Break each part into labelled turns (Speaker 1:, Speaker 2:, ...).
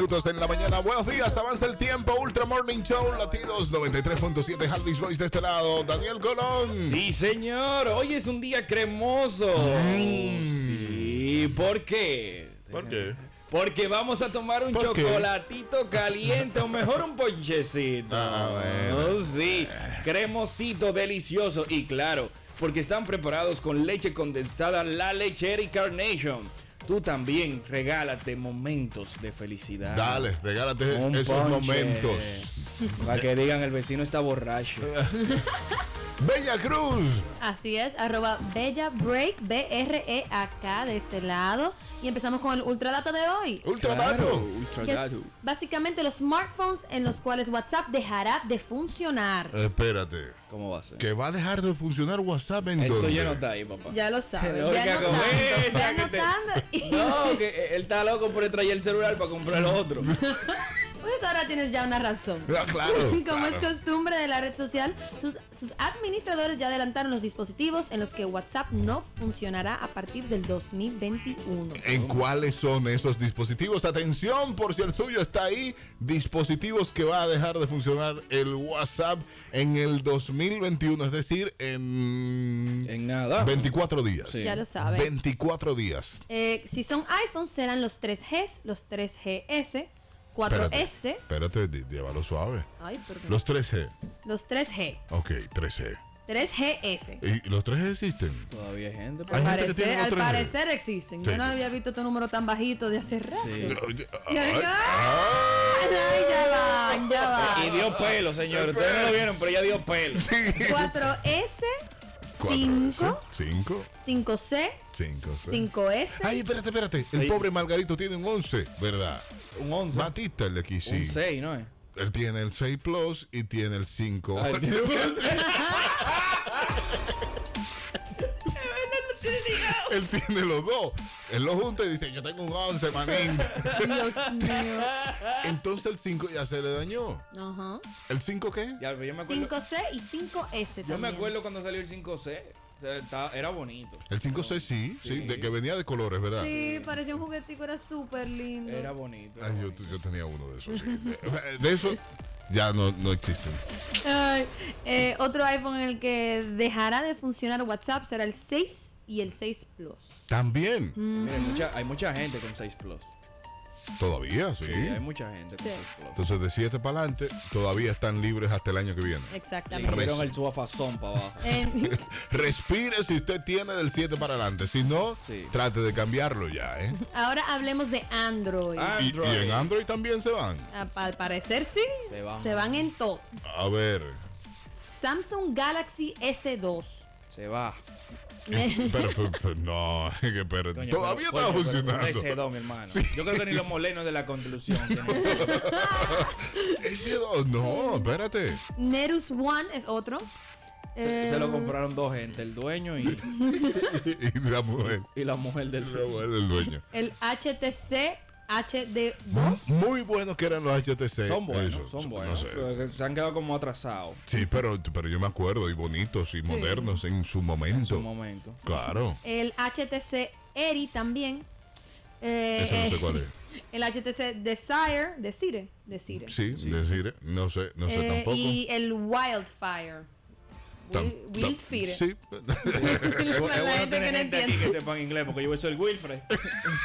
Speaker 1: minutos en la mañana. Buenos días, avanza el tiempo. Ultra Morning Show, latidos 93.7, Harley's Voice de este lado. Daniel Colón.
Speaker 2: Sí, señor. Hoy es un día cremoso. Sí, ¿por qué?
Speaker 1: ¿Por qué?
Speaker 2: Porque vamos a tomar un
Speaker 1: ¿Por qué?
Speaker 2: chocolatito caliente o mejor un ponchecito.
Speaker 1: Ah,
Speaker 2: Oh, sí, cremosito, delicioso y claro, porque están preparados con leche condensada, la lechera y Carnation. Tú también regálate momentos de felicidad.
Speaker 1: Dale, regálate
Speaker 2: Un
Speaker 1: esos
Speaker 2: ponche.
Speaker 1: momentos.
Speaker 2: Para que digan el vecino está borracho.
Speaker 1: Bella Cruz.
Speaker 3: Así es, arroba Bella Break, B-R-E-A-K de este lado. Y empezamos con el ultradato de hoy.
Speaker 1: Ultra
Speaker 2: Claro,
Speaker 1: Dato.
Speaker 2: ultra
Speaker 3: Que es
Speaker 2: dato.
Speaker 3: básicamente los smartphones en los cuales WhatsApp dejará de funcionar.
Speaker 1: Espérate.
Speaker 2: ¿Cómo va a ser?
Speaker 1: Que va a dejar de funcionar WhatsApp en
Speaker 2: Eso
Speaker 1: dónde?
Speaker 2: ya no está ahí, papá.
Speaker 3: Ya lo sabes.
Speaker 2: Pero que
Speaker 3: Ya
Speaker 2: como
Speaker 3: notando.
Speaker 2: esa
Speaker 3: Ya
Speaker 2: que te-
Speaker 3: notando. Y
Speaker 2: No, que e, él está loco por traer el celular para comprar el otro.
Speaker 3: pues ahora tienes ya una razón.
Speaker 1: Ah, claro.
Speaker 3: Como
Speaker 1: claro.
Speaker 3: es costumbre de la red social, sus, sus administradores ya adelantaron los dispositivos en los que WhatsApp no funcionará a partir del 2021.
Speaker 1: ¿En cuáles son esos dispositivos? Atención, por si el suyo está ahí, dispositivos que va a dejar de funcionar el WhatsApp en el 2021, es decir, en
Speaker 2: En nada.
Speaker 1: 24 días.
Speaker 2: Ah. Sí.
Speaker 3: Ya lo sabes.
Speaker 1: 24 días.
Speaker 3: Eh, si son iPhones, serán los 3Gs, los 3GS, 4S.
Speaker 1: espérate, di- llévalo suave.
Speaker 3: Ay, perdón.
Speaker 1: Los
Speaker 3: Los,
Speaker 1: 13.
Speaker 3: 3G.
Speaker 1: Ok, 13.
Speaker 3: 3GS.
Speaker 1: ¿Y los 13 existen?
Speaker 2: Todavía hay gente.
Speaker 1: Eh, Hay
Speaker 3: Al,
Speaker 1: gente que tiene
Speaker 3: parecer,
Speaker 1: los
Speaker 3: al
Speaker 1: 3G.
Speaker 3: parecer existen.
Speaker 1: Sí.
Speaker 3: Yo no había visto tu número tan bajito de hace rato.
Speaker 2: Sí.
Speaker 1: Oye,
Speaker 3: Ya
Speaker 1: ay,
Speaker 3: ven,
Speaker 2: ah.
Speaker 1: ay.
Speaker 3: Ay, ya va, ya
Speaker 2: Y
Speaker 3: va.
Speaker 2: dio pelo, señor. Ustedes no lo vieron, pero ella dio pelo.
Speaker 1: Eh.
Speaker 3: 4S, 5,
Speaker 1: 4S, 5,
Speaker 3: 5C,
Speaker 1: 5, 6.
Speaker 3: 5S.
Speaker 1: Ay, espérate, espérate. El
Speaker 2: Sí.
Speaker 1: pobre Margarito tiene un 11, ¿verdad?
Speaker 2: Un 11.
Speaker 1: Batista el de aquí
Speaker 2: Un
Speaker 1: sí.
Speaker 2: 6, ¿no es?
Speaker 1: Él tiene el 6 Plus y tiene el 5.
Speaker 2: Ay, tiene un once.
Speaker 1: Él tiene los dos. Él los junta y dice, yo tengo un 11, manín.
Speaker 3: Dios mío.
Speaker 1: Entonces el 5 ya se le dañó.
Speaker 3: Ajá.
Speaker 1: ¿El 5 qué?
Speaker 2: Ya, pero yo me acuerdo.
Speaker 3: 5C y 5S.
Speaker 2: Yo me
Speaker 3: también.
Speaker 2: acuerdo cuando salió el 5C. O sea, estaba- era bonito.
Speaker 1: El 5-6 sí, sí,
Speaker 2: Sí.
Speaker 1: de que venía de colores, ¿verdad?
Speaker 3: Sí, parecía un juguetico, era súper lindo.
Speaker 2: Era bonito. era
Speaker 1: Ay, yo,
Speaker 2: bonito.
Speaker 1: yo tenía uno de esos. sí. De, de esos ya no, no existen.
Speaker 3: Ay, eh, otro iPhone en el que dejará de funcionar WhatsApp será el 6 y el 6 Plus.
Speaker 1: También.
Speaker 2: Miren, mucha- hay mucha gente con 6 Plus.
Speaker 1: Todavía, sí.
Speaker 2: Sí, hay mucha gente con
Speaker 3: Sí.
Speaker 2: 6 Plus.
Speaker 1: Entonces de 7 para adelante, todavía están libres hasta el año que viene.
Speaker 2: Le
Speaker 3: Exactamente. Eh,
Speaker 2: hicieron el suafazón para abajo.
Speaker 1: Respire si usted tiene del 7 para adelante. Si no,
Speaker 2: Sí.
Speaker 1: trate de cambiarlo ya, ¿eh?
Speaker 3: ahora hablemos de Android.
Speaker 2: Ah.
Speaker 1: Y, y en
Speaker 2: Android.
Speaker 1: Android también se van.
Speaker 3: Ah, Al parecer sí.
Speaker 2: Se van.
Speaker 3: en todo.
Speaker 1: A ver.
Speaker 3: Samsung Galaxy S2.
Speaker 2: Se va.
Speaker 1: Pero, pero, pero, no, que pero
Speaker 2: Coño,
Speaker 1: todavía
Speaker 2: pero-
Speaker 1: está
Speaker 2: coño, pero
Speaker 1: funcionando.
Speaker 2: un TC2, mi hermano. Yo creo que ni los molenos de la conclusión tienen eso.
Speaker 1: Ese dos, no, espérate.
Speaker 3: Nerus One es otro.
Speaker 2: Se, se
Speaker 3: Eh,
Speaker 2: lo compraron dos gente, el dueño y,
Speaker 1: Y pues, la mujer,
Speaker 2: y la mujer del
Speaker 1: la mujer del dueño.
Speaker 3: El HTC HD2.
Speaker 1: Muy buenos que eran los HTC.
Speaker 2: Son buenos,
Speaker 1: esos,
Speaker 2: son
Speaker 1: eh, no
Speaker 2: buenos.
Speaker 1: sé.
Speaker 2: pero que se han quedado como atrasados
Speaker 1: Sí, pero, pero yo me acuerdo, y bonitos y modernos en su momento.
Speaker 2: en un momento.
Speaker 1: Claro.
Speaker 3: El HTC Eri también. Eh,
Speaker 1: Ese no sé
Speaker 3: eh,
Speaker 1: cuál es.
Speaker 3: El HTC Desire. Desire. Desire.
Speaker 1: Sí, decir, no sé, no sé
Speaker 3: Eh,
Speaker 1: tampoco.
Speaker 3: Y el Wildfire.
Speaker 1: Tam-
Speaker 3: Wil-
Speaker 1: tam-
Speaker 3: Wildfire.
Speaker 1: Sí.
Speaker 2: Es
Speaker 3: Para la
Speaker 2: bueno
Speaker 3: gente que
Speaker 2: tener
Speaker 3: no
Speaker 2: gente aquí que
Speaker 3: entiende.
Speaker 2: sepan inglés, porque yo soy el Wilfred.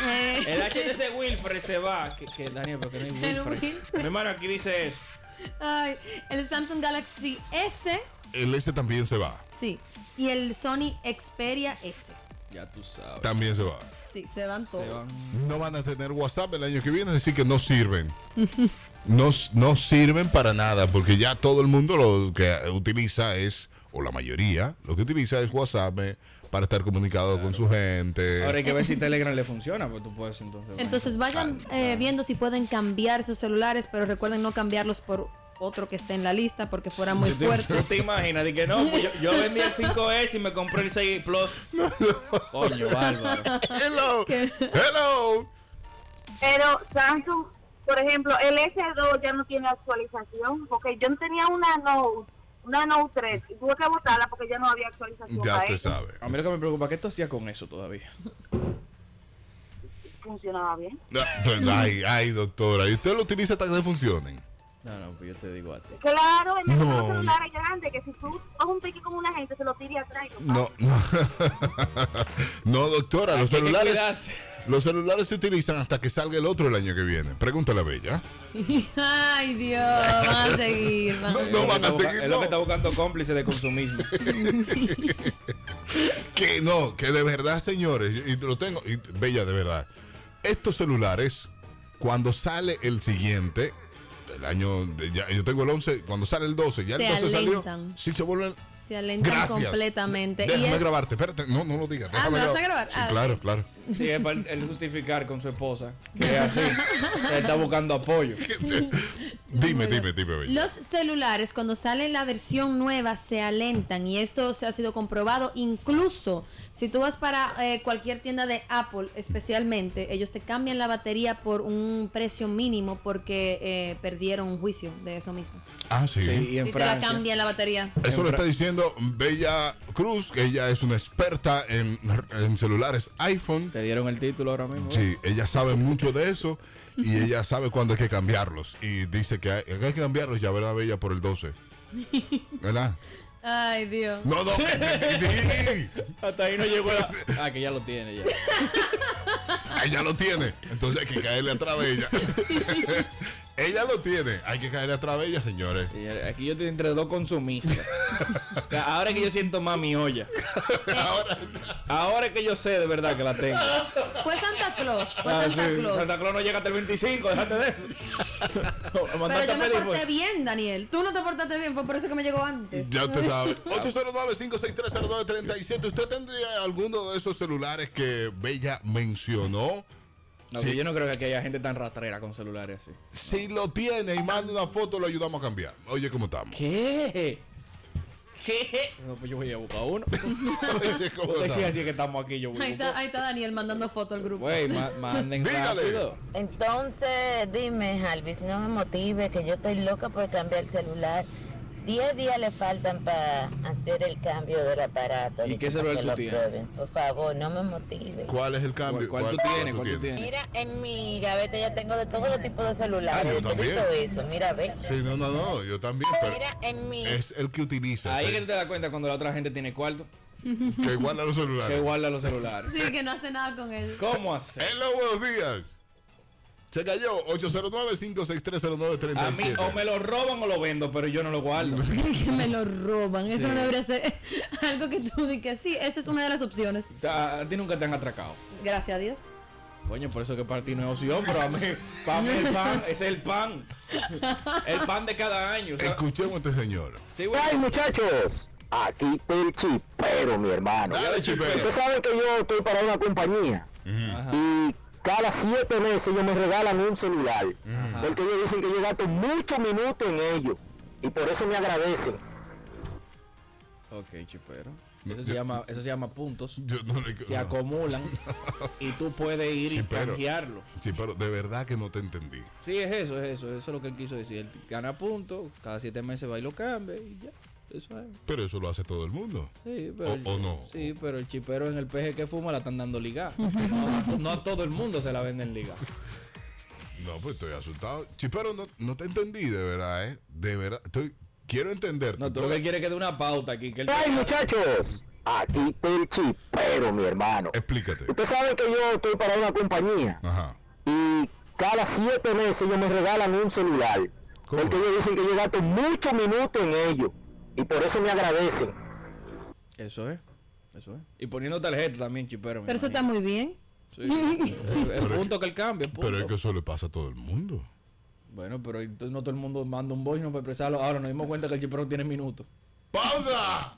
Speaker 3: Eh,
Speaker 2: El HTC Wilfred se va. Que, que, Daniel, porque no hay
Speaker 3: El
Speaker 2: Wilfred.
Speaker 3: Wilfred.
Speaker 2: Mi hermano aquí dice eso.
Speaker 3: ay, el Samsung Galaxy S.
Speaker 1: El S también se va.
Speaker 3: Sí. Y el Sony Xperia S.
Speaker 2: Ya tú sabes.
Speaker 1: También se va.
Speaker 3: Sí, se van
Speaker 2: Se van.
Speaker 1: No van a tener WhatsApp el año que viene, así que no sirven. No, s- no sirven para nada, porque ya todo el mundo lo que utiliza es, o la mayoría, lo que utiliza es WhatsApp eh, para estar comunicado con su gente.
Speaker 2: Ahora hay que ver si Telegram le funciona, pues tú puedes entonces.
Speaker 3: Entonces vayan eh, viendo si pueden cambiar sus celulares, pero recuerden no cambiarlos por otro que esté en la lista porque fuera muy
Speaker 2: Tú te-
Speaker 3: fuerte.
Speaker 2: Tú te imaginas, de que no, pues yo, yo vendí el 5S y me compré el 6 Plus. Coño, bárbaro.
Speaker 1: Hello, hello.
Speaker 4: Pero Samsung, por ejemplo, el S2 ya no tiene actualización, porque yo no tenía una Note, una Note 3, y tuve que botarla porque ya no había actualización.
Speaker 1: Ya
Speaker 4: para
Speaker 1: te
Speaker 4: eso.
Speaker 1: sabe.
Speaker 2: A mí lo que me preocupa es que tú hacías con eso todavía.
Speaker 4: funcionaba bien.
Speaker 1: Ay, ay, doctora. ¿Y usted lo utiliza hasta que se funcionen?
Speaker 5: No, no, pues yo te digo a ti.
Speaker 4: Claro, el
Speaker 1: No.
Speaker 4: no. los celulares grandes, que si tú vas un pique con una gente, se lo tira atrás. y lo
Speaker 1: No, no. No, doctora, los
Speaker 2: Hay que
Speaker 1: celulares.
Speaker 2: cuidarse.
Speaker 1: Los celulares se utilizan hasta que salga el otro el año que viene. Pregúntale a Bella.
Speaker 3: Ay, Dios, van a seguir. van a-
Speaker 1: No, no van a
Speaker 2: Es lo que está busca-
Speaker 1: seguir.
Speaker 2: Es lo que
Speaker 1: No.
Speaker 2: está buscando cómplice de consumismo.
Speaker 1: Que no, que de verdad, señores, y lo tengo, y bella, de verdad. Estos celulares, cuando sale el siguiente, el año, de- ya, yo tengo el 11, cuando sale el 12, ya el
Speaker 3: Se
Speaker 1: 12 salió.
Speaker 3: alentan.
Speaker 1: Sí, se vuelven.
Speaker 3: Se alentan
Speaker 1: Gracias.
Speaker 3: completamente.
Speaker 1: Déjame
Speaker 3: y es-
Speaker 1: grabarte, espérate, no, no lo digas.
Speaker 3: Ah,
Speaker 1: déjame
Speaker 3: ¿me vas a
Speaker 1: grabar.
Speaker 3: grabar?
Speaker 1: Sí,
Speaker 3: Ah,
Speaker 1: claro,
Speaker 3: ok.
Speaker 1: claro.
Speaker 2: Sí, es para el justificar con su esposa. Que es así. Él está buscando apoyo.
Speaker 1: dime, dime, dime, bella.
Speaker 3: Los celulares cuando sale la versión nueva se alentan y esto se ha sido comprobado incluso si tú vas para eh, cualquier tienda de Apple especialmente, ellos te cambian la batería por un precio mínimo porque eh, perdieron un juicio de eso mismo.
Speaker 1: Ah, sí.
Speaker 2: Sí, y en
Speaker 3: si te la
Speaker 2: Francia.
Speaker 3: cambian la batería.
Speaker 1: Eso
Speaker 2: En
Speaker 1: lo
Speaker 2: Fra-
Speaker 1: está diciendo Bella Cruz, que ella es una experta en, en celulares iPhone.
Speaker 2: Te dieron el título ahora mismo.
Speaker 1: Sí, ella sabe mucho de eso y ella sabe cuándo hay que cambiarlos. Y dice que hay, que hay que cambiarlos ya, ¿verdad, Bella? Por el 12. ¿Verdad?
Speaker 3: Ay, Dios.
Speaker 1: No, no.
Speaker 2: Hasta ahí no llegó la... Ah, que ya lo tiene ya.
Speaker 1: ella lo tiene. Entonces hay que caerle atrás a ella. ella lo tiene. Hay que caerle atrás a ella, señores.
Speaker 2: Y eh, Aquí yo estoy entre dos consumistas. O sea, Ahora es que yo siento más mi olla. Ahora es que yo sé de verdad que la tengo.
Speaker 3: Fue Santa Claus, fue
Speaker 2: Ah,
Speaker 3: Santa
Speaker 2: sí.
Speaker 3: Claus.
Speaker 2: Santa Claus no llega hasta el 25, déjate de eso.
Speaker 3: Pero
Speaker 2: Mandate
Speaker 3: yo
Speaker 2: a
Speaker 3: me
Speaker 2: pedir,
Speaker 3: porté
Speaker 2: pues.
Speaker 3: bien, Daniel. Tú no te portaste bien, fue por eso que me llegó antes.
Speaker 1: Ya usted sabe. 809-56309-37. ¿Usted tendría alguno de esos celulares que Bella mencionó?
Speaker 2: No,
Speaker 1: Sí.
Speaker 2: que yo no creo que aquí haya gente tan rastrera con celulares así.
Speaker 1: Si lo tiene y manda una foto, lo ayudamos a cambiar. Oye, ¿cómo estamos?
Speaker 2: ¿Qué? ¿Qué? No, pues yo voy a buscar uno.
Speaker 1: Oye, ¿cómo
Speaker 2: Porque
Speaker 1: estamos?
Speaker 2: si es así que estamos aquí, yo voy a
Speaker 3: Ahí está,
Speaker 2: buscar.
Speaker 3: ahí está Daniel mandando foto al grupo.
Speaker 2: Güey, ma- manden
Speaker 1: Dígale.
Speaker 2: rápido.
Speaker 6: Entonces, dime, Alvis, no me motive, que yo estoy loca por cambiar el celular. Diez días le faltan para hacer el cambio del aparato.
Speaker 2: ¿Y
Speaker 6: de
Speaker 2: qué
Speaker 6: que
Speaker 2: celular
Speaker 6: para que
Speaker 2: tú
Speaker 6: lo
Speaker 2: tienes?
Speaker 6: aprueben. Por favor, no me motive.
Speaker 1: ¿Cuál es el cambio?
Speaker 2: ¿Cuál, cuál tú tienes? ¿Cuál tú tienes?
Speaker 6: Mira, en mi gaveta ya tengo de todos los tipos de celulares.
Speaker 1: Ah, yo
Speaker 6: utilizo
Speaker 1: también.
Speaker 6: eso, mira, ve.
Speaker 1: Sí, no, no, no, yo también, pero
Speaker 6: Ah, Mira, eh, en mi...
Speaker 1: es el que utiliza,
Speaker 2: Ahí
Speaker 1: sí,
Speaker 2: que tú te das cuenta cuando la otra gente tiene cuarto,
Speaker 1: que guarda los
Speaker 2: que
Speaker 1: celulares.
Speaker 2: guarda los celulares.
Speaker 3: Sí, que no hace nada con él.
Speaker 2: ¿Cómo hacer?
Speaker 1: Hello, buenos días. Se cayó, 809-56309-37.
Speaker 2: A mí o me lo roban o lo vendo, pero yo no lo guardo.
Speaker 3: que me lo roban.
Speaker 2: Sí.
Speaker 3: Eso no debería ser algo que tú digas. Sí, esa es una de las opciones.
Speaker 2: A a ti nunca te han atracado.
Speaker 3: Gracias a Dios.
Speaker 2: Coño, por eso que para ti no es opción, pero a mí, para mí el pan, ese es el pan. El pan de cada año. o sea,
Speaker 1: Escuchemos a este señor.
Speaker 2: sí, güey.
Speaker 7: ¡Ay, muchachos! Aquí está el chipero, mi hermano.
Speaker 1: Dale, chipero.
Speaker 7: Ustedes saben que yo estoy para una compañía y cada siete meses ellos me regalan un celular porque ellos dicen que yo gasto muchos minutos en ello y por eso me agradecen.
Speaker 2: Ok, chipero. Eso se llama, eso se llama puntos.
Speaker 1: Yo no le
Speaker 2: Se
Speaker 1: no.
Speaker 2: acumulan y tú puedes ir y
Speaker 1: Chipero.
Speaker 2: canjearlo.
Speaker 1: Sí, pero de verdad que no te entendí.
Speaker 2: Sí, es eso, es eso. Eso es lo que él quiso decir. Él gana puntos, cada siete meses va y lo cambia y ya. Eso es.
Speaker 1: Pero eso lo hace todo el mundo.
Speaker 2: Sí, pero,
Speaker 1: O-
Speaker 2: el-
Speaker 1: o no.
Speaker 2: Sí, pero el chipero en el peje que fuma la están dando liga. No, no a todo el mundo se la venden liga.
Speaker 1: No, pues estoy asustado. Chipero, no, no te entendí, de verdad, ¿eh? De verdad, estoy, quiero entenderte.
Speaker 2: No, tú lo que quieres es que dé una pauta aquí. Que él
Speaker 7: ¡Ay, muchachos! Aquí está el chipero, mi hermano.
Speaker 1: Eh. Explícate.
Speaker 7: Ustedes saben que yo estoy para una compañía
Speaker 1: Ajá.
Speaker 7: y cada siete meses ellos me regalan un celular
Speaker 1: ¿Cómo?
Speaker 7: porque ellos dicen que yo gasto muchos minutos en ello y por eso me agradecen.
Speaker 2: Eso es. Eso es. Y poniendo tarjeta también, chipero. me
Speaker 3: Pero eso está
Speaker 2: imagino.
Speaker 3: muy bien.
Speaker 2: Sí. el, el punto que él cambia. el punto.
Speaker 1: Pero es que eso le pasa a todo el mundo.
Speaker 2: Bueno, pero entonces no todo el mundo manda un voice no para expresarlo. Ahora nos dimos cuenta que el chipero tiene minutos.
Speaker 1: ¡Pausa!